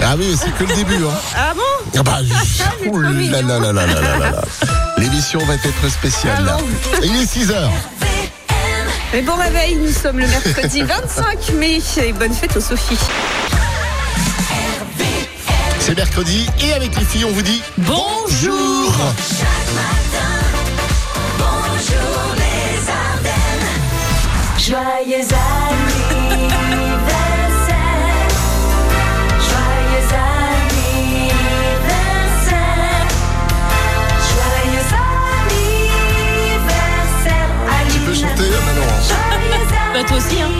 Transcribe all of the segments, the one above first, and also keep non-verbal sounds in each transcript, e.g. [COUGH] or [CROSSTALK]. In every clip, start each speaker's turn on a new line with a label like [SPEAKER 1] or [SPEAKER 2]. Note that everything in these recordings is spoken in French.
[SPEAKER 1] Ah oui, mais c'est que le début. Hein.
[SPEAKER 2] Ah bon
[SPEAKER 1] Ah bah,
[SPEAKER 2] c'est
[SPEAKER 1] ouh
[SPEAKER 2] trop
[SPEAKER 1] là, là,
[SPEAKER 2] mignon.
[SPEAKER 1] là, là, là, là, là, là. L'émission va être spéciale. là.
[SPEAKER 2] Ah bon
[SPEAKER 1] Il est 6 heures.
[SPEAKER 2] Mais Eh bon réveil, nous sommes le
[SPEAKER 3] [LAUGHS]
[SPEAKER 2] mercredi 25 mai et bonne fête aux Sophie.
[SPEAKER 1] C'est mercredi et avec les filles, on vous dit bonjour.
[SPEAKER 3] Joyeux anniversaire Joyeux anniversaire Joyeux anniversaire
[SPEAKER 1] Tu peux chanter ah, bah non, hein.
[SPEAKER 3] Bah toi aussi hein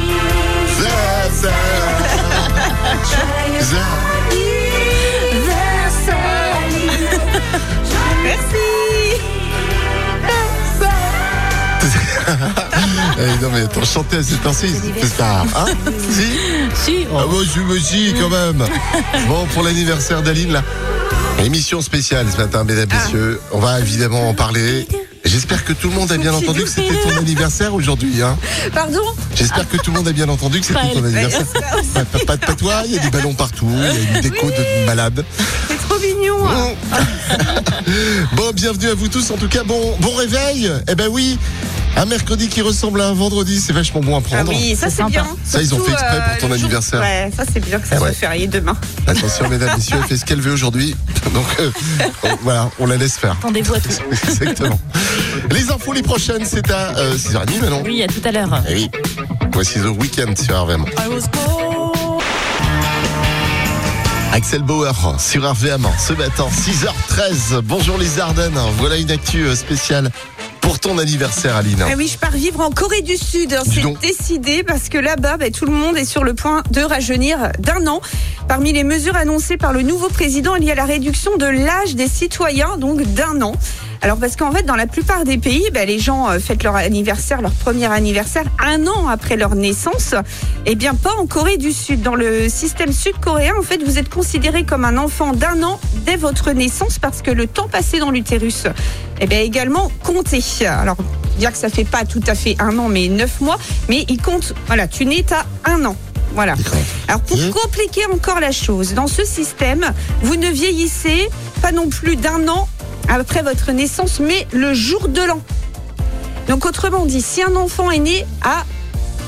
[SPEAKER 1] Zaz, zaz,
[SPEAKER 3] Joyeux
[SPEAKER 1] zaz.
[SPEAKER 3] anniversaire
[SPEAKER 2] Merci
[SPEAKER 1] Eh, non mais attends, chanter à cette heure-ci, c'est pas...
[SPEAKER 2] [LAUGHS]
[SPEAKER 1] Hein si
[SPEAKER 4] Si,
[SPEAKER 2] oh.
[SPEAKER 1] Ah bon, je me dis quand même. Bon, pour l'anniversaire d'Aline, là. Émission spéciale ce matin, mesdames,
[SPEAKER 2] Ah.
[SPEAKER 1] messieurs. On va évidemment en parler. J'espère que tout le monde a bien entendu que c'était ton anniversaire aujourd'hui. Hein.
[SPEAKER 2] Pardon
[SPEAKER 1] J'espère que tout le monde a bien entendu que c'était ton anniversaire. Pas, pas- pas de patois, il y a des ballons partout, il y a une déco de malade.
[SPEAKER 2] C'est trop mignon hein.
[SPEAKER 1] Bon. [LAUGHS] Bon, bienvenue à vous tous. En tout cas, bon, bon réveil. Eh ben oui, un mercredi qui ressemble à un vendredi, c'est vachement bon à
[SPEAKER 2] Ah
[SPEAKER 1] prendre.
[SPEAKER 2] oui, ça c'est
[SPEAKER 4] sympa.
[SPEAKER 2] bien. euh,
[SPEAKER 1] Ça, ils ont fait exprès pour
[SPEAKER 2] le
[SPEAKER 1] ton
[SPEAKER 2] jour-
[SPEAKER 1] anniversaire. Ah
[SPEAKER 2] Ouais, ça c'est bien que ça
[SPEAKER 1] Ouais.
[SPEAKER 2] soit férié demain.
[SPEAKER 1] Attention, mesdames, messieurs, elle fait ce qu'elle veut aujourd'hui. Donc, euh, on- voilà, on la laisse faire.
[SPEAKER 4] attendez-vous à tout.
[SPEAKER 1] Exactement. Les infos, les prochaines, c'est à euh, 6h30 maintenant.
[SPEAKER 4] Oui, à tout à l'heure.
[SPEAKER 1] Eh oui. Voici The Weeknd sur RVM. Axel Bauer sur RVM ce matin, 6h13. Bonjour les Ardennes. Voilà une actu euh, spéciale pour ton anniversaire, Aline.
[SPEAKER 2] Ah oui, je pars vivre en Corée du Sud. hein.
[SPEAKER 1] Dis
[SPEAKER 2] C'est
[SPEAKER 1] donc.
[SPEAKER 2] décidé parce que là-bas, ben, tout le monde est sur le point de rajeunir d'un an. Parmi les mesures annoncées par le nouveau président, il y a la réduction de l'âge des citoyens, donc d'un an. Alors parce qu'en fait, dans la plupart des pays, ben, les gens euh, fêtent leur anniversaire, leur premier anniversaire, un an après leur naissance. Eh bien, pas en Corée du Sud. Dans le système sud-coréen, en fait, vous êtes considéré comme un enfant d'un an dès votre naissance parce que le temps passé dans l'utérus eh bien, également compté. Alors, dire que ça fait pas tout à fait un an, mais neuf mois, mais il compte, voilà, tu n'es à un an. Voilà. Alors, pour
[SPEAKER 1] Mmh.
[SPEAKER 2] compliquer encore la chose, dans ce système, vous ne vieillissez pas non plus d'un an après votre naissance, mais le jour de l'an. Donc, autrement dit, si un enfant est né à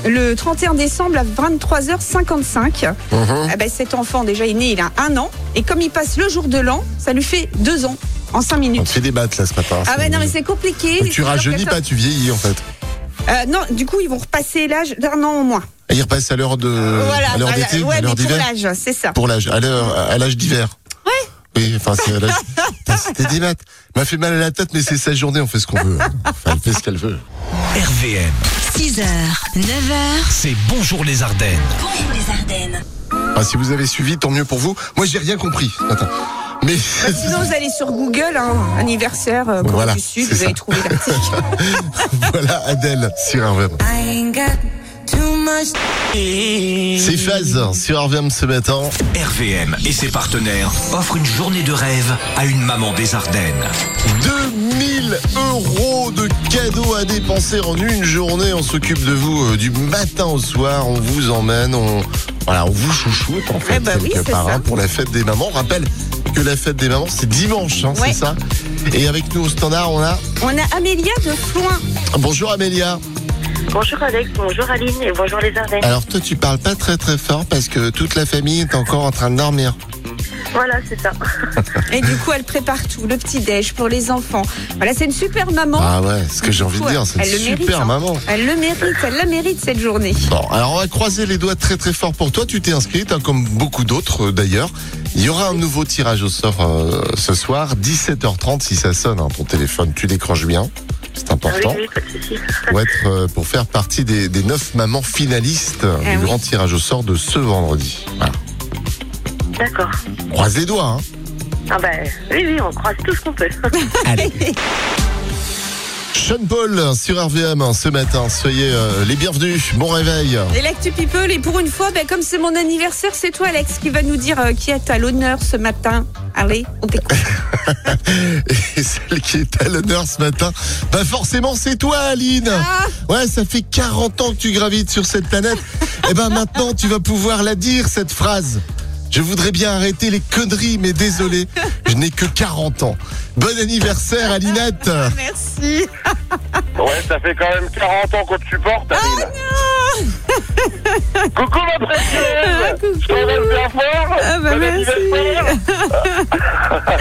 [SPEAKER 2] le 31 décembre à 23h55,
[SPEAKER 1] Mhm.
[SPEAKER 2] eh ben, cet enfant, déjà, il est né, il a un an. Et comme il passe le jour de l'an, ça lui fait deux ans en cinq
[SPEAKER 1] On
[SPEAKER 2] minutes.
[SPEAKER 1] te fait des battes là ce matin.
[SPEAKER 2] Ah ouais, non, mais c'est compliqué.
[SPEAKER 1] Donc, tu
[SPEAKER 2] C'est
[SPEAKER 1] rajeunis
[SPEAKER 2] sûr que
[SPEAKER 1] pas, tu vieillis en fait.
[SPEAKER 2] ça- Euh, non, du coup, ils vont repasser l'âge d'un an au moins.
[SPEAKER 1] Et il repasse à l'heure de, Euh, à l'heure
[SPEAKER 2] voilà.
[SPEAKER 1] d'été, à
[SPEAKER 2] ouais, mais
[SPEAKER 1] l'heure
[SPEAKER 2] pour
[SPEAKER 1] d'hiver.
[SPEAKER 2] l'âge, c'est ça.
[SPEAKER 1] Pour l'âge, à l'heure, à l'âge d'hiver. Ouais. Oui, enfin, c'est à l'âge. Putain, C'était des maths. M'a fait mal à la tête, mais c'est sa journée, on fait ce qu'on veut. Enfin, elle fait ce qu'elle veut.
[SPEAKER 5] RVM,
[SPEAKER 6] 6h, 9h,
[SPEAKER 5] c'est Bonjour les Ardennes.
[SPEAKER 6] bonjour les Ardennes.
[SPEAKER 1] Ah, si vous avez suivi, tant mieux pour vous. Moi, j'ai rien compris. Attends. Mais [LAUGHS]
[SPEAKER 2] Sinon, vous allez sur Google, hein, anniversaire, euh, Corée
[SPEAKER 1] Voilà,
[SPEAKER 2] du Sud,
[SPEAKER 1] c'est
[SPEAKER 2] vous allez
[SPEAKER 1] ça.
[SPEAKER 2] trouver l'article.
[SPEAKER 1] voilà Adèle sur RVM. C'est Faz sur RVM ce matin.
[SPEAKER 5] RVM et ses partenaires offrent une journée de rêve à une maman des Ardennes.
[SPEAKER 1] 2000 euros de cadeaux à dépenser en une journée. On s'occupe de vous euh, du matin au soir. On vous emmène. On, voilà, on vous chouchoute en fait
[SPEAKER 2] Eh ben oui,
[SPEAKER 1] quelque
[SPEAKER 2] c'est
[SPEAKER 1] part
[SPEAKER 2] ça.
[SPEAKER 1] hein, pour la fête des mamans. On rappelle que la fête des mamans c'est dimanche, hein,
[SPEAKER 2] Ouais.
[SPEAKER 1] c'est ça. Et avec nous au standard, on a
[SPEAKER 2] On a Amélia de Floin.
[SPEAKER 1] bonjour Amélia.
[SPEAKER 7] Bonjour Alex, bonjour Aline et bonjour les Ardennes.
[SPEAKER 1] Alors toi tu parles pas très très fort parce que toute la famille est encore en train de dormir.
[SPEAKER 7] Voilà, c'est ça.
[SPEAKER 2] Et du coup, elle prépare tout, le petit-déj pour les enfants. Voilà, c'est une super maman.
[SPEAKER 1] Ah ouais, ce que j'ai envie de
[SPEAKER 2] Ouais,
[SPEAKER 1] dire, c'est
[SPEAKER 2] Oh. elle le
[SPEAKER 1] une
[SPEAKER 2] mérite,
[SPEAKER 1] super
[SPEAKER 2] hein.
[SPEAKER 1] maman.
[SPEAKER 2] Elle le mérite, elle la mérite cette journée.
[SPEAKER 1] Bon, alors on va croiser les doigts très très fort pour toi. Tu t'es inscrite, hein, comme beaucoup d'autres euh, d'ailleurs. Il y aura un nouveau tirage au sort euh, ce soir, 17h30 si ça sonne. hein, ton téléphone, tu décroches bien, c'est
[SPEAKER 7] Ah oui,
[SPEAKER 1] important.
[SPEAKER 7] oui, pas de souci.
[SPEAKER 1] Pour être, euh, pour faire partie des, des neuf mamans finalistes euh,
[SPEAKER 7] Eh
[SPEAKER 2] Ah
[SPEAKER 1] du
[SPEAKER 2] oui.
[SPEAKER 1] grand tirage au sort de ce vendredi. Voilà.
[SPEAKER 7] D'accord.
[SPEAKER 1] Croise les doigts. hein.
[SPEAKER 7] Ah ben, oui, oui, on croise tout ce [LAUGHS] qu'on peut.
[SPEAKER 1] Sean Paul sur RVM hein, ce matin. Soyez euh, les bienvenus. Bon réveil.
[SPEAKER 2] Et l'actu people, et pour une fois, ben, comme c'est mon anniversaire, c'est toi, Alex, qui va nous dire euh, qui est à l'honneur ce matin. Allez, on t'écoute.
[SPEAKER 1] Et celle qui est à l'honneur ce matin, bah forcément c'est toi Aline Ouais, ça fait Eh 40 ans que tu gravites sur cette planète. Et ben maintenant tu vas pouvoir la dire cette phrase. Je voudrais bien arrêter les conneries, mais désolé, je n'ai que 40 ans. Bon anniversaire, Alinette
[SPEAKER 2] Merci.
[SPEAKER 4] Ouais, ça fait quand même 40 ans qu'on te supporte, Aline. [LAUGHS] Coucou ma
[SPEAKER 2] Ah,
[SPEAKER 4] précieuse
[SPEAKER 2] coucou.
[SPEAKER 4] Je t'embrasse bien fort
[SPEAKER 2] Ah, bah,
[SPEAKER 4] Bon
[SPEAKER 2] merci.
[SPEAKER 4] anniversaire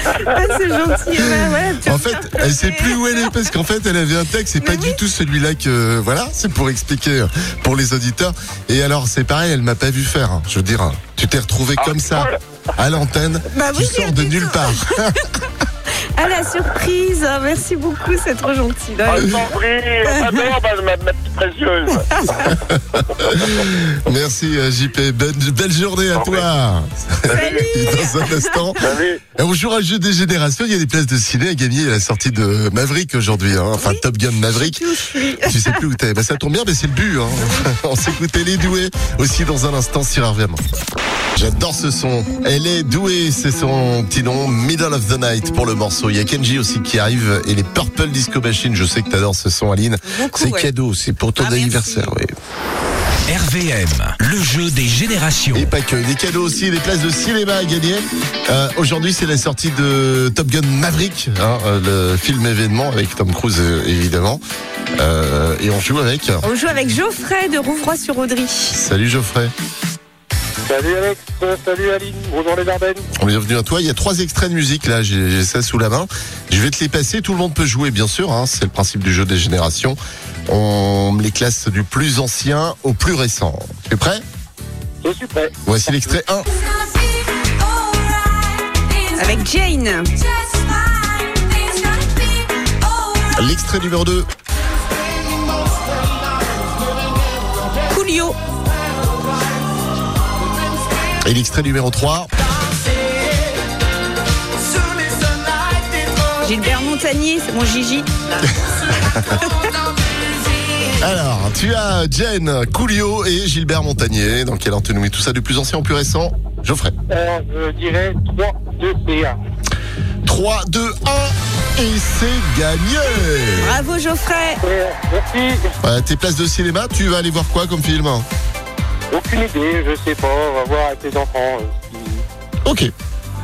[SPEAKER 2] Ah, [LAUGHS] c'est gentil. ouais, ouais, tu
[SPEAKER 1] En
[SPEAKER 2] vas
[SPEAKER 1] fait,
[SPEAKER 2] faire
[SPEAKER 1] elle sait
[SPEAKER 2] pleurer.
[SPEAKER 1] plus où elle est parce qu'en fait, elle avait un texte, c'est pas
[SPEAKER 2] Mais
[SPEAKER 1] du
[SPEAKER 2] oui.
[SPEAKER 1] tout celui-là que voilà, c'est pour expliquer pour les auditeurs. Et alors, c'est pareil, elle m'a pas vu faire. hein. Je veux dire, tu t'es retrouvé
[SPEAKER 4] Ah,
[SPEAKER 1] comme ça
[SPEAKER 4] cool.
[SPEAKER 1] à l'antenne,
[SPEAKER 2] Bah
[SPEAKER 1] tu
[SPEAKER 2] oui,
[SPEAKER 1] sors de
[SPEAKER 2] du
[SPEAKER 1] nulle
[SPEAKER 2] tout. [LAUGHS]
[SPEAKER 1] part.
[SPEAKER 2] À la surprise. Ah, Merci beaucoup, c'est trop gentil.
[SPEAKER 4] Ah,
[SPEAKER 2] Ouais.
[SPEAKER 4] je t'en prie Ah, merde, ma, ma, ma petite précieuse
[SPEAKER 1] Merci euh, JP, belle, belle journée à
[SPEAKER 4] Au
[SPEAKER 1] toi. [LAUGHS] Dans un instant.
[SPEAKER 4] Salut
[SPEAKER 1] Et on jouera au jeu des générations. Il y a des places de ciné à gagner à la sortie de Maverick aujourd'hui. hein. Enfin, Top Gun Maverick. Tu sais plus où t'es. Bah, ça tombe bien, mais c'est le but. hein. [LAUGHS] on s'écoutait les doués aussi dans un instant sur RVM. J'adore ce son. Elle est douée, c'est son petit nom. Middle of the Night pour le morceau. Il y a Kenji aussi qui arrive et les Purple Disco Machine. Je sais que t'adores ce son, Aline.
[SPEAKER 2] Beaucoup,
[SPEAKER 1] C'est
[SPEAKER 2] ouais.
[SPEAKER 1] cadeau, c'est pour ton
[SPEAKER 2] Ah, merci.
[SPEAKER 1] anniversaire. oui.
[SPEAKER 5] RVM, le jeu des générations.
[SPEAKER 1] Et pas que, des cadeaux aussi, des places de cinéma à gagner. Euh, Aujourd'hui, c'est la sortie de Top Gun Maverick, hein, euh, le film événement avec Tom Cruise, euh, évidemment. Euh, et on joue avec.
[SPEAKER 2] On joue avec Geoffrey de Rouvroy-sur-Audry.
[SPEAKER 1] Salut Geoffrey,
[SPEAKER 4] Salut Alex, salut Aline, bonjour les Ardennes
[SPEAKER 1] bienvenue à toi. Il y a trois extraits de musique là, j'ai j'ai ça sous la main. Je vais te les passer, tout le monde peut jouer bien sûr, hein, c'est le principe du jeu des générations. On les classe du plus ancien au plus récent. Tu es prêt
[SPEAKER 4] Je suis prêt
[SPEAKER 1] Voici l'extrait 1.
[SPEAKER 2] Avec Jane.
[SPEAKER 1] L'extrait numéro 2,
[SPEAKER 2] Coolio.
[SPEAKER 1] Et l'extrait numéro 3,
[SPEAKER 2] Gilbert Montagnier, c'est mon Gigi.
[SPEAKER 1] Alors, tu as Jen Coolio et Gilbert Montagnier. Dans quel ordre tu nous mets tout ça du plus ancien au plus récent Geoffrey.
[SPEAKER 4] Alors je dirais 3, 2 et 1
[SPEAKER 1] 3, 2, 1. Et c'est gagné
[SPEAKER 2] Bravo Geoffrey.
[SPEAKER 4] Merci
[SPEAKER 1] Euh, Tes places de cinéma, tu vas aller voir quoi comme film
[SPEAKER 4] Aucune idée, je sais pas, on va voir avec les enfants euh,
[SPEAKER 1] Ok.
[SPEAKER 4] si-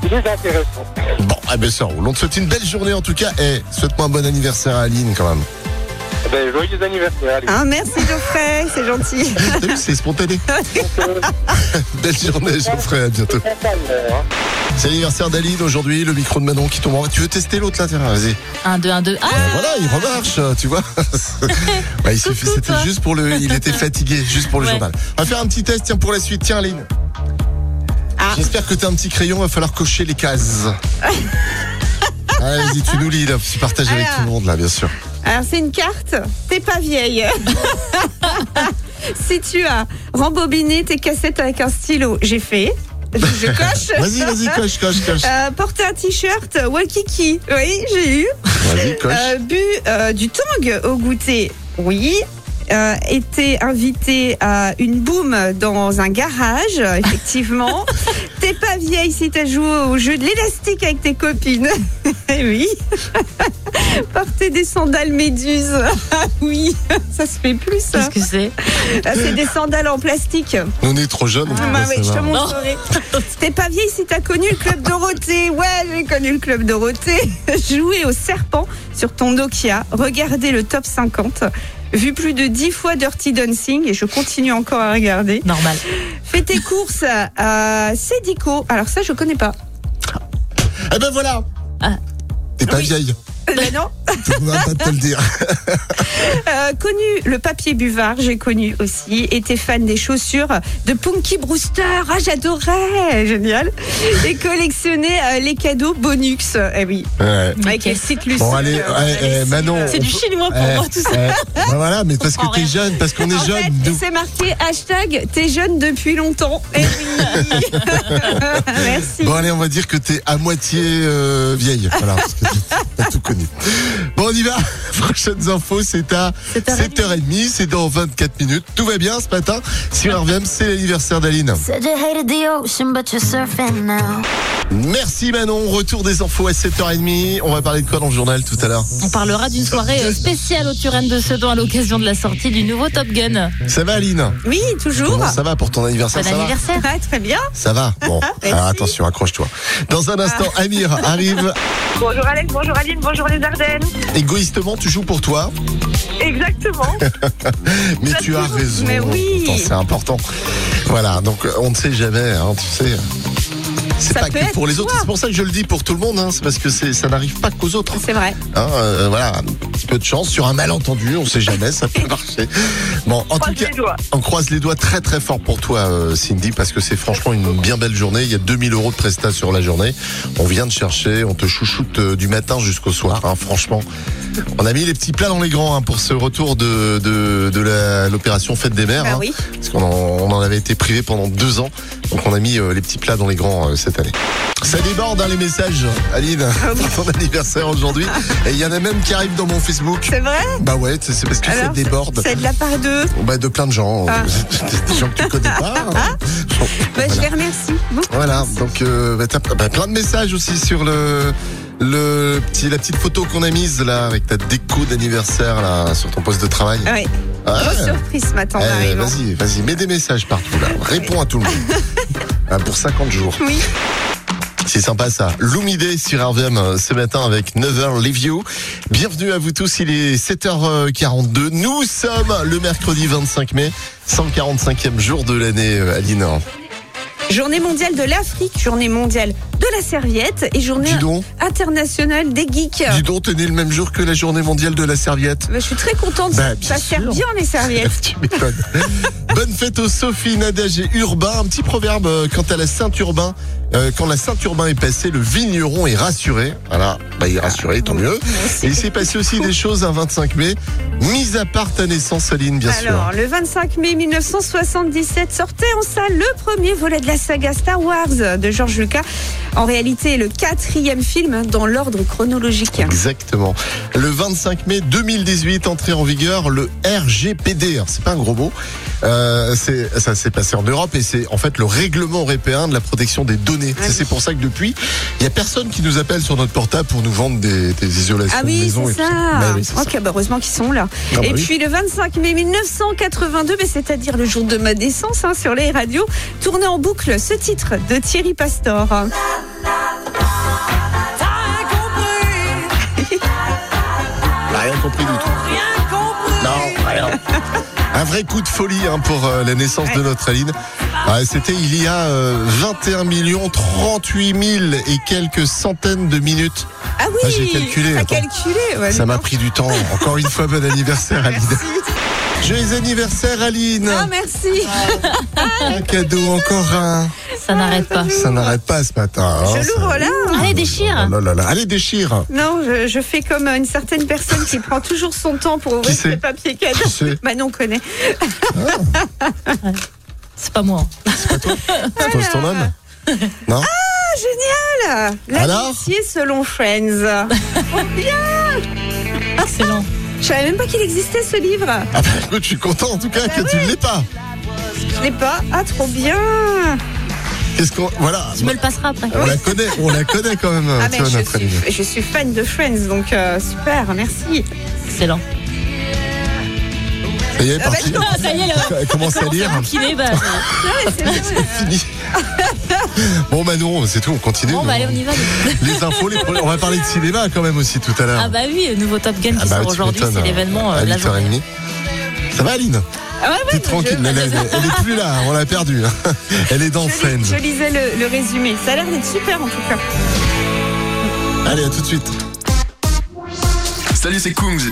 [SPEAKER 4] si les intéressants
[SPEAKER 1] Bon, eh ben ça roule. On te souhaite une belle journée en tout cas. Et souhaite-moi un bon anniversaire à Aline quand
[SPEAKER 2] [LAUGHS]
[SPEAKER 1] même.
[SPEAKER 4] Eh ben, Joyeux anniversaire Aline
[SPEAKER 2] Hein, merci Geoffrey, c'est gentil.
[SPEAKER 1] T'as vu, c'est
[SPEAKER 2] [LAUGHS]
[SPEAKER 1] spontané. belle journée Geoffrey, à bientôt.
[SPEAKER 2] Ah.
[SPEAKER 4] Hein.
[SPEAKER 1] C'est l'anniversaire d'Aline aujourd'hui, le micro de Manon qui tombe en Tu veux tester l'autre là Tiens,
[SPEAKER 2] Euh.
[SPEAKER 1] Vas-y.
[SPEAKER 8] 1, 2, 1, 2. Ah,
[SPEAKER 1] Ben voilà, il remarche, tu
[SPEAKER 2] [LAUGHS]
[SPEAKER 1] vois. Ouais, il suffit, c'était juste pour le, il était fatigué, juste pour le
[SPEAKER 8] Ouais.
[SPEAKER 1] journal. On va faire un petit test, tiens, pour la suite. Tiens, Aline.
[SPEAKER 2] Ah.
[SPEAKER 1] J'espère que t'as un petit crayon, va falloir cocher les
[SPEAKER 2] [LAUGHS]
[SPEAKER 1] cases. Allez, vas-y, tu nous lis, là, tu partages avec
[SPEAKER 2] Alors.
[SPEAKER 1] tout le monde, là, bien sûr.
[SPEAKER 2] Alors c'est une carte, t'es pas vieille. [LAUGHS] si tu as rembobiné tes cassettes avec un stylo, j'ai fait. Je, je
[SPEAKER 1] [LAUGHS]
[SPEAKER 2] coche.
[SPEAKER 1] Vas-y, vas-y, coche, coche, coche.
[SPEAKER 2] Euh, porter un t-shirt Wakiki, oui, j'ai eu.
[SPEAKER 1] Vas-y, coche.
[SPEAKER 2] Euh, bu euh, du tang au goûter, oui. Euh, été invité à une boum dans un garage, euh, effectivement. t'es pas vieille si t'as joué au jeu de l'élastique avec tes copines. [LAUGHS] Eh oui. Porter des sandales méduses. [LAUGHS] Ah oui, ça se fait plus. ça.
[SPEAKER 8] qu'est-ce que c'est
[SPEAKER 2] Ah, C'est des sandales en plastique.
[SPEAKER 1] Nous, on est trop jeunes, on peut
[SPEAKER 2] Bah
[SPEAKER 1] pas
[SPEAKER 2] oui, je te
[SPEAKER 1] savoir.
[SPEAKER 8] Oh,
[SPEAKER 2] montrerai. T'es pas vieille si t'as connu le club Dorothée. Ouais, j'ai connu le club Dorothée. [LAUGHS] Jouer au serpent sur ton Nokia. Regarder le top 50. Vu plus de 10 fois Dirty Dancing et je continue encore à regarder.
[SPEAKER 8] Normal.
[SPEAKER 2] Fais tes courses à Cédico. Alors ça, je connais pas.
[SPEAKER 1] Eh ben voilà.
[SPEAKER 8] Ah.
[SPEAKER 1] T'es pas
[SPEAKER 2] Oui.
[SPEAKER 1] vieille.
[SPEAKER 2] Euh, Mais non.
[SPEAKER 1] On va pas te le
[SPEAKER 2] [LAUGHS]
[SPEAKER 1] dire.
[SPEAKER 2] Euh, connu le papier buvard, j'ai connu aussi. Était fan des chaussures de Punky Brewster. Ah, j'adorais. Génial. Et collectionner euh, les cadeaux bonus. Eh oui.
[SPEAKER 1] Ouais.
[SPEAKER 2] Avec les cyclus.
[SPEAKER 1] Bon, allez, ouais, eh,
[SPEAKER 2] euh,
[SPEAKER 1] Manon.
[SPEAKER 8] C'est
[SPEAKER 1] on
[SPEAKER 8] du
[SPEAKER 1] peut-
[SPEAKER 8] chinois pour
[SPEAKER 1] Eh,
[SPEAKER 8] moi, tout ça.
[SPEAKER 1] eh, ben voilà, mais parce que
[SPEAKER 8] comprend
[SPEAKER 1] t'es
[SPEAKER 8] rien.
[SPEAKER 1] jeune, parce qu'on
[SPEAKER 2] En
[SPEAKER 1] est
[SPEAKER 2] fait,
[SPEAKER 1] jeune. nous.
[SPEAKER 2] c'est marqué hashtag t'es jeune depuis longtemps. [LAUGHS] Eh oui. Merci.
[SPEAKER 1] Bon allez, on va dire que t'es à moitié euh, vieille. Voilà, parce que t'as tout connu. Bon, on y va. [LAUGHS] Prochaines infos, c'est à
[SPEAKER 8] 7h30.
[SPEAKER 1] 7h30. C'est dans 24 minutes. Tout va bien ce matin. Sur RVM, c'est l'anniversaire d'Aline.
[SPEAKER 6] Said you hated the ocean, but you're surfing now.
[SPEAKER 1] Merci Manon, retour des infos à 7h30. On va parler de quoi dans le journal tout à l'heure
[SPEAKER 8] On parlera d'une soirée euh, spéciale au Turenne de Sedan à l'occasion de la sortie du nouveau Top Gun.
[SPEAKER 1] Ça va Aline
[SPEAKER 2] Oui, toujours.
[SPEAKER 1] Comment ça va pour ton anniversaire
[SPEAKER 8] Bon
[SPEAKER 1] ça va
[SPEAKER 8] anniversaire.
[SPEAKER 2] Ouais, très bien.
[SPEAKER 1] Ça va
[SPEAKER 2] [LAUGHS]
[SPEAKER 1] Bon,
[SPEAKER 2] Merci. Ah.
[SPEAKER 1] alors attention, accroche-toi. Dans un instant, Amir arrive.
[SPEAKER 7] Bonjour Alex, bonjour Aline, bonjour les Ardennes.
[SPEAKER 1] Égoïstement, tu joues pour toi,
[SPEAKER 7] Exactement.
[SPEAKER 1] mais tu as
[SPEAKER 2] toujours.
[SPEAKER 1] raison.
[SPEAKER 2] Mais oui.
[SPEAKER 1] Pourtant, C'est important. Voilà, donc euh, on ne sait jamais, hein, tu sais. C'est
[SPEAKER 2] Ça
[SPEAKER 1] pas
[SPEAKER 2] peut
[SPEAKER 1] que pour
[SPEAKER 2] être
[SPEAKER 1] les autres,
[SPEAKER 2] toi.
[SPEAKER 1] c'est pour ça que je le dis pour tout le monde, hein, c'est parce que c'est- ça n'arrive pas qu'aux autres.
[SPEAKER 2] C'est vrai.
[SPEAKER 1] Hein, euh, voilà, un petit peu de chance sur un malentendu, on sait jamais, ça peut [LAUGHS] marcher. Bon, en tout
[SPEAKER 7] Croise
[SPEAKER 1] cas,
[SPEAKER 7] les doigts.
[SPEAKER 1] on croise les doigts très très fort pour toi, euh, Cindy, parce que c'est franchement une bien belle journée. Il y a 2000 euros de prestat sur la journée. On vient de chercher, on te chouchoute euh, du matin jusqu'au soir, hein, franchement. On a mis les petits plats dans les grands hein, pour ce retour de, de, de la- l'opération Fête des Mères.
[SPEAKER 2] Bah
[SPEAKER 1] hein,
[SPEAKER 2] oui.
[SPEAKER 1] Parce qu'on en, on en avait été privé pendant deux ans. Donc on a mis euh, les petits plats dans les grands euh, cette année. Ça déborde dans les messages, Aline,
[SPEAKER 2] Ah
[SPEAKER 1] pour [LAUGHS] ton anniversaire aujourd'hui. Et il y en a même qui arrivent dans mon Facebook.
[SPEAKER 2] C'est vrai
[SPEAKER 1] Bah ouais, c'est c'est parce que ça
[SPEAKER 2] Alors,
[SPEAKER 1] déborde.
[SPEAKER 2] C'est de la part d'eux.
[SPEAKER 1] Bah de plein de gens,
[SPEAKER 2] Ah.
[SPEAKER 1] [LAUGHS] des gens que tu connais pas. hein. Bon,
[SPEAKER 2] Bah, Je
[SPEAKER 1] voilà.
[SPEAKER 2] les remercie. beaucoup.
[SPEAKER 1] Voilà, donc euh, bah, t'as bah, plein de messages aussi sur le, le petit, la petite photo qu'on a mise là avec ta déco d'anniversaire là sur ton poste de travail.
[SPEAKER 2] Ah ouais.
[SPEAKER 1] Ah.
[SPEAKER 2] Grosse surprise ce matin hein, en
[SPEAKER 1] Eh,
[SPEAKER 2] arrivant.
[SPEAKER 1] vas-y, vas-y, mets des messages partout là. Réponds à tout le monde. Ah, pour 50 jours.
[SPEAKER 2] Oui.
[SPEAKER 1] C'est sympa ça. Lumidé sur RVM euh, ce matin avec Never Leave You. Bienvenue à vous tous, il est 7h42. Nous sommes le mercredi 25 mai, 145e jour de l'année, euh, Aline.
[SPEAKER 2] Journée mondiale de l'Afrique, journée mondiale de la serviette et journée
[SPEAKER 1] Dis donc,
[SPEAKER 2] internationale des geeks.
[SPEAKER 1] dis donc, t'es né le même jour que la journée mondiale de la serviette.
[SPEAKER 2] Bah, je suis très contente.
[SPEAKER 1] Bah, bien
[SPEAKER 2] ça sert
[SPEAKER 1] sûr.
[SPEAKER 2] bien
[SPEAKER 1] [LAUGHS]
[SPEAKER 2] les serviettes.
[SPEAKER 1] tu m'étonnes. Bonne fête aux Sophie, Nadège et Urbain. Un petit proverbe euh, quant à la Saint-Urbain. Euh, quand la Saint-Urbain est passée, le vigneron est rassuré. Voilà, bah, il est rassuré, tant mieux. Et il s'est passé aussi des choses un 25 mai, mis à part ta naissance, Aline, bien
[SPEAKER 2] Alors, le 25 mai 1977 sortait en salle le premier volet de la saga Star Wars de George Lucas. En réalité, le quatrième film dans l'ordre chronologique.
[SPEAKER 1] sûr. Exactement. Le 25 mai 2018, entrée en vigueur le RGPD. Alors, C'est pas un gros mot. Euh, c'est- ça s'est passé en Europe et c'est en fait le règlement européen de la protection des données.
[SPEAKER 2] Ah
[SPEAKER 1] C'est- C'est pour ça que depuis, il y a personne qui nous appelle sur notre portable pour nous vendre des, des isolations
[SPEAKER 2] Ah
[SPEAKER 1] de
[SPEAKER 2] oui,
[SPEAKER 1] maison.
[SPEAKER 2] c'est
[SPEAKER 1] et tout
[SPEAKER 2] ça.
[SPEAKER 1] Bah oui, c'est ça.
[SPEAKER 2] ok, bah heureusement qu'ils sont là.
[SPEAKER 1] Ah bah
[SPEAKER 2] et
[SPEAKER 1] oui.
[SPEAKER 2] puis le 25 mai 1982, mais c'est-à-dire le jour de ma naissance, hein, sur les radios, tournait en boucle ce titre de Thierry Pastor. Ah
[SPEAKER 3] T'as compris,
[SPEAKER 1] Bah, rien compris du tout.
[SPEAKER 3] rien compris.
[SPEAKER 1] Non, rien. Un vrai coup de folie hein, pour euh, la naissance de notre Aline. Ouais, C'était il y a euh, 21 millions 38 000 et quelques centaines de minutes.
[SPEAKER 2] Ah oui,
[SPEAKER 1] Ah, j'ai calculé,
[SPEAKER 2] t'as
[SPEAKER 1] attends.
[SPEAKER 2] calculé. ouais,
[SPEAKER 1] Ça
[SPEAKER 2] non.
[SPEAKER 1] m'a pris du temps. Encore une fois, bon anniversaire Aline. Joyeux anniversaire Aline.
[SPEAKER 2] Ah merci.
[SPEAKER 1] Un cadeau encore un.
[SPEAKER 8] Ça n'arrête pas.
[SPEAKER 1] Ça n'arrête pas ce matin. hein,
[SPEAKER 2] je l'ouvre
[SPEAKER 1] ça-
[SPEAKER 2] là.
[SPEAKER 8] Allez, déchire
[SPEAKER 1] Oh là là là. Allez déchire.
[SPEAKER 2] Non, je, je fais comme une certaine personne qui prend toujours son temps pour
[SPEAKER 1] Qui
[SPEAKER 2] ouvrir
[SPEAKER 1] c'est
[SPEAKER 2] ses papiers cadeaux.
[SPEAKER 1] Qui c'est
[SPEAKER 2] Manon connaît.
[SPEAKER 8] C'est pas moi. hein.
[SPEAKER 1] C'est toi, c'est ton
[SPEAKER 2] [LAUGHS]
[SPEAKER 1] homme Non
[SPEAKER 2] Ah,
[SPEAKER 1] Alors
[SPEAKER 2] L'amitié
[SPEAKER 1] [LAUGHS]
[SPEAKER 2] selon Friends.
[SPEAKER 8] Excellent.
[SPEAKER 2] Je savais même pas qu'il existait ce livre.
[SPEAKER 1] Ah bah, écoute, je suis content en tout cas que tu ne l'aies pas.
[SPEAKER 2] Je l'ai pas. Ah trop bien.
[SPEAKER 1] Bah, Qu'est-ce qu'on. Voilà.
[SPEAKER 8] Tu me le passeras après.
[SPEAKER 1] On la connaît, on la connaît quand même,
[SPEAKER 2] Ah
[SPEAKER 1] tu
[SPEAKER 2] mais
[SPEAKER 1] vois,
[SPEAKER 2] je
[SPEAKER 1] notre Aline.
[SPEAKER 2] suis, je suis fan de Friends donc euh, super merci.
[SPEAKER 1] [LAUGHS]
[SPEAKER 8] Excellent.
[SPEAKER 1] Ça
[SPEAKER 2] bah,
[SPEAKER 1] y est, parti.
[SPEAKER 8] Ah, ça y est, là.
[SPEAKER 1] Elle commence à lire,
[SPEAKER 8] Qu'il est, bah,
[SPEAKER 2] Ah [LAUGHS]
[SPEAKER 1] fini. Bon Manon, c'est tout, on continue.
[SPEAKER 8] bon,
[SPEAKER 1] nous.
[SPEAKER 8] bah, allez, on y va.
[SPEAKER 1] Les infos, les pro- on va parler de cinéma quand même aussi tout à l'heure.
[SPEAKER 8] Ah, bah oui, le nouveau Top Gun
[SPEAKER 1] Ah
[SPEAKER 8] qui
[SPEAKER 1] bah,
[SPEAKER 8] sort
[SPEAKER 1] tu
[SPEAKER 8] aujourd'hui,
[SPEAKER 1] m'étonnes,
[SPEAKER 8] c'est l'événement
[SPEAKER 1] à
[SPEAKER 8] euh, de la journée.
[SPEAKER 1] 8h30. Ça va Aline
[SPEAKER 2] Ah ouais, ouais,
[SPEAKER 1] T'es tranquille, elle, elle, elle est plus là, on l'a perdue. hein. [LAUGHS] Elle est dans
[SPEAKER 2] je, lis- je
[SPEAKER 1] Friends.
[SPEAKER 2] lisais le, le résumé. Ça a l'air d'être super en tout cas.
[SPEAKER 1] Allez, à tout de suite.
[SPEAKER 5] Salut, c'est Kungs.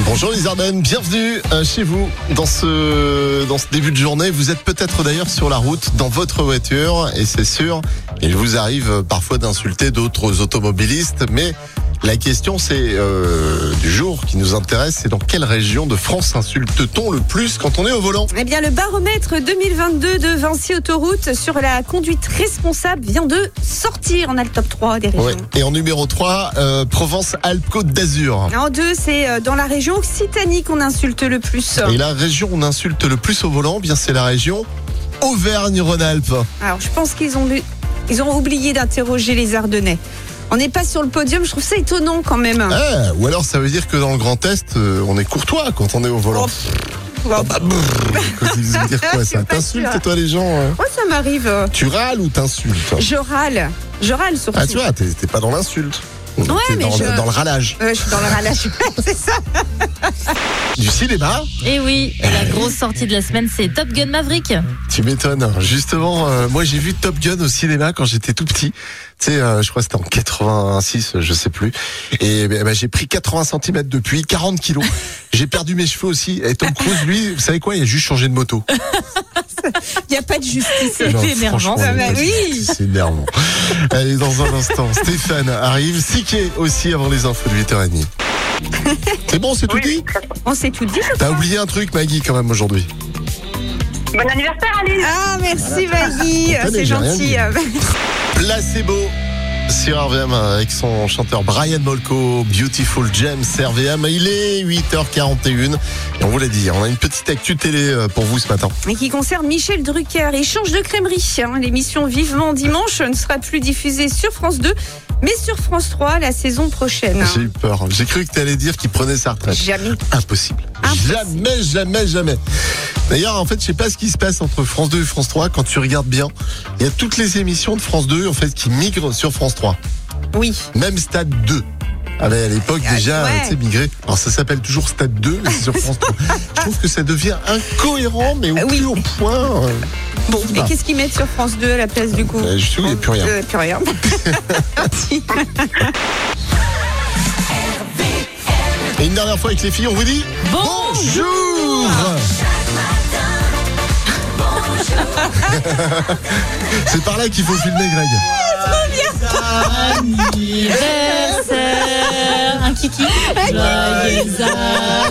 [SPEAKER 1] Bonjour les Ardennes, bienvenue euh, chez vous dans ce, dans ce début de journée. Vous êtes peut-être d'ailleurs sur la route, dans votre voiture, et c'est sûr, il vous arrive euh, parfois d'insulter d'autres automobilistes, mais la question c'est euh, du jour qui nous intéresse, c'est dans quelle région de France insulte-t-on le plus quand on est au volant
[SPEAKER 2] Eh bien, le baromètre 2022 de Vinci Autoroute sur la conduite responsable vient de sortir. On a le top 3 des régions.
[SPEAKER 1] Ouais. Et en numéro 3, euh, Provence-Alpes-Côte d'Azur.
[SPEAKER 2] En deux, c'est euh, dans la région Occitanie qu'on insulte le plus.
[SPEAKER 1] Et eh la région où on insulte le plus au volant, bien c'est la région Auvergne-Rhône-Alpes.
[SPEAKER 2] Alors, je pense qu'ils ont, bu- ils ont oublié d'interroger les Ardennais. On n'est pas sur le podium, je trouve ça étonnant quand même.
[SPEAKER 1] Ah, ou alors ça veut dire que dans le Grand Est, euh, on est courtois quand on est au volant.
[SPEAKER 2] Oh, Bon,
[SPEAKER 1] Bah, brrr, qu'est-ce que ça veut dire quoi
[SPEAKER 2] [LAUGHS] Je suis
[SPEAKER 1] ça
[SPEAKER 2] pas
[SPEAKER 1] T'insultes
[SPEAKER 2] sûre.
[SPEAKER 1] toi les gens hein
[SPEAKER 2] moi, ça m'arrive. euh,
[SPEAKER 1] Tu râles ou t'insultes
[SPEAKER 2] Je râle. Je râle surtout.
[SPEAKER 1] Ah tu vois, t'es t'es pas dans l'insulte. T'es
[SPEAKER 2] mais
[SPEAKER 1] dans,
[SPEAKER 2] je-
[SPEAKER 1] dans le râlage.
[SPEAKER 2] Euh, je suis dans le râlage. [LAUGHS] c'est ça.
[SPEAKER 1] Du cinéma,
[SPEAKER 8] Et Eh oui, et la grosse sortie de la semaine, c'est Top Gun Maverick.
[SPEAKER 1] tu m'étonnes. Justement, euh, moi j'ai vu Top Gun au cinéma quand j'étais tout petit. Tu sais, euh, je crois que c'était en 86, euh, je sais plus. Et ben, ben, j'ai pris 80 cm depuis, 40 kilos. J'ai perdu mes cheveux aussi. Et Tom Cruise, lui, vous savez quoi Il a juste changé de moto.
[SPEAKER 2] Il n'y a pas de justice.
[SPEAKER 1] Non,
[SPEAKER 8] [LAUGHS] C'est énervant.
[SPEAKER 1] franchement,
[SPEAKER 2] Ah bah
[SPEAKER 1] vas-y,
[SPEAKER 2] oui.
[SPEAKER 1] C'est énervant. Allez, dans un instant, Stéphane arrive. Siké aussi avant les infos de 8h30. C'est bon, c'est tout dit
[SPEAKER 2] On s'est tout dit. je
[SPEAKER 1] T'as oublié un truc, Maggie, quand même, aujourd'hui.
[SPEAKER 7] Bon anniversaire, Aline.
[SPEAKER 2] Ah, merci Maggie,
[SPEAKER 1] Attendez,
[SPEAKER 2] c'est
[SPEAKER 1] j'ai rien dit.
[SPEAKER 2] gentil. euh,
[SPEAKER 1] Placebo sur RVM avec son chanteur Brian Molko, Beautiful James RVM. Il est 8h41 et on vous l'a dit, on a une petite actu télé euh, pour vous ce matin.
[SPEAKER 2] [LAUGHS] Et qui concerne Michel Drucker. Il change de crèmerie. hein. L'émission Vivement Dimanche ne sera plus diffusée sur France 2, mais sur France 3 la saison prochaine.
[SPEAKER 1] J'ai eu peur. J'ai cru que t'allais dire qu'il prenait sa retraite.
[SPEAKER 2] Jamais.
[SPEAKER 1] Impossible.
[SPEAKER 2] Impossible.
[SPEAKER 1] Jamais, jamais, jamais. D'ailleurs, en fait, je sais pas ce qui se passe entre France 2 et France 3 quand tu regardes bien. Il y a toutes les émissions de France 2 en fait qui migrent sur France 3.
[SPEAKER 2] Oui.
[SPEAKER 1] Même Stade 2. Ah ben, à l'époque
[SPEAKER 2] Ah,
[SPEAKER 1] déjà,
[SPEAKER 2] ouais.
[SPEAKER 1] tu sais, migré. Alors ça s'appelle toujours Stade 2, mais c'est sur France
[SPEAKER 2] [LAUGHS]
[SPEAKER 1] 3. je trouve que ça devient incohérent, mais au
[SPEAKER 2] Euh, oui.
[SPEAKER 1] plus haut point. euh,
[SPEAKER 2] Bon,
[SPEAKER 1] Ah.
[SPEAKER 2] et qu'est-ce qu'ils mettent sur France 2 à la place du coup
[SPEAKER 1] Euh, je sais où, il y a plus rien.
[SPEAKER 2] Euh, plus
[SPEAKER 1] [LAUGHS]
[SPEAKER 2] rien.
[SPEAKER 1] Et une dernière fois avec les filles, on vous dit bonjour. [LAUGHS] C'est par là qu'il faut filmer, Greg.
[SPEAKER 8] Anniversaire, un kiki. Joyeux anniversaire.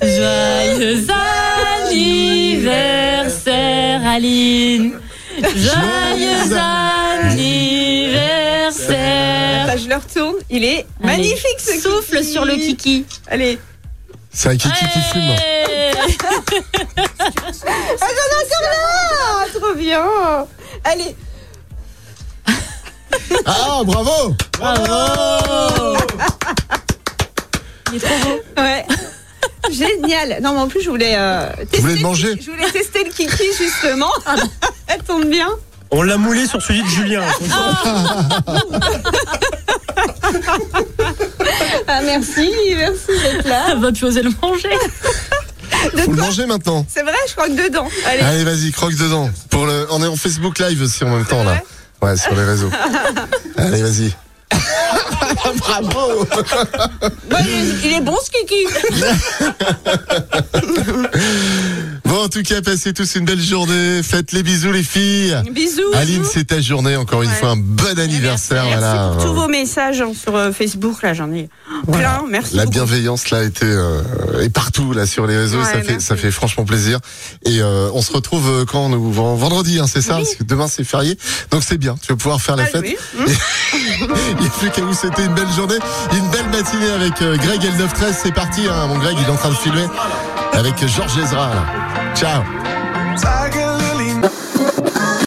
[SPEAKER 8] Joyeux anniversaire, Aline. Joyeux anniversaire.
[SPEAKER 2] Bah, je le retourne. Il est
[SPEAKER 8] Allez,
[SPEAKER 2] magnifique ce
[SPEAKER 8] Souffle
[SPEAKER 2] kiki.
[SPEAKER 8] sur le kiki.
[SPEAKER 2] Allez.
[SPEAKER 1] C'est un kiki qui fume.
[SPEAKER 8] Ouais.
[SPEAKER 2] Ah, trop bien. Allez.
[SPEAKER 1] Ah, bravo
[SPEAKER 2] Ouais. [LAUGHS] Génial. Non, mais en plus, je voulais euh, tester.
[SPEAKER 1] voulez le
[SPEAKER 2] le
[SPEAKER 1] manger
[SPEAKER 2] kiki. Je voulais tester le kiki, justement. [LAUGHS] Ça tombe bien.
[SPEAKER 9] On l'a moulé sur celui de Julien.
[SPEAKER 2] Ah, merci, merci d'être là.
[SPEAKER 8] Ah, Va plus oser le manger.
[SPEAKER 2] De
[SPEAKER 1] Faut le
[SPEAKER 2] quoi
[SPEAKER 1] manger maintenant.
[SPEAKER 2] C'est vrai, je crois que dedans. Allez.
[SPEAKER 1] Allez, vas-y, croque dedans. Pour le... On est en Facebook Live aussi en même temps, là. Ouais, sur les
[SPEAKER 2] [LAUGHS]
[SPEAKER 1] réseaux. Allez, vas-y. [LAUGHS] Bravo Ah.
[SPEAKER 2] Bon, il, est, il est bon ce kiki.
[SPEAKER 1] Bon, en tout cas, passez tous une belle journée. Faites les bisous, les filles.
[SPEAKER 2] Bisous.
[SPEAKER 1] Aline,
[SPEAKER 2] bisous.
[SPEAKER 1] c'est ta journée, encore une
[SPEAKER 2] Ouais.
[SPEAKER 1] fois. Un bon anniversaire.
[SPEAKER 2] Merci
[SPEAKER 1] voilà.
[SPEAKER 2] pour tous vos messages hein, sur euh, Facebook. Là, j'en ai plein. Merci.
[SPEAKER 1] La
[SPEAKER 2] beaucoup.
[SPEAKER 1] bienveillance là était euh, est partout là sur les réseaux,
[SPEAKER 2] Ouais,
[SPEAKER 1] ça fait
[SPEAKER 2] merci.
[SPEAKER 1] ça fait franchement plaisir. Et euh, on se retrouve euh, quand nous ven- vendredi, hein, c'est ça,
[SPEAKER 2] Oui.
[SPEAKER 1] parce que demain c'est férié, donc c'est bien. Tu vas pouvoir faire la
[SPEAKER 2] Ah,
[SPEAKER 1] fête.
[SPEAKER 2] oui.
[SPEAKER 1] [LAUGHS] Il n'y a plus qu'à vous souhaiter une belle journée, une belle matinée avec euh, Greg Eldof 13. C'est parti, hein, mon Greg, il est en train de filmer avec Georges Ezra. là. Ciao.
[SPEAKER 3] Tiger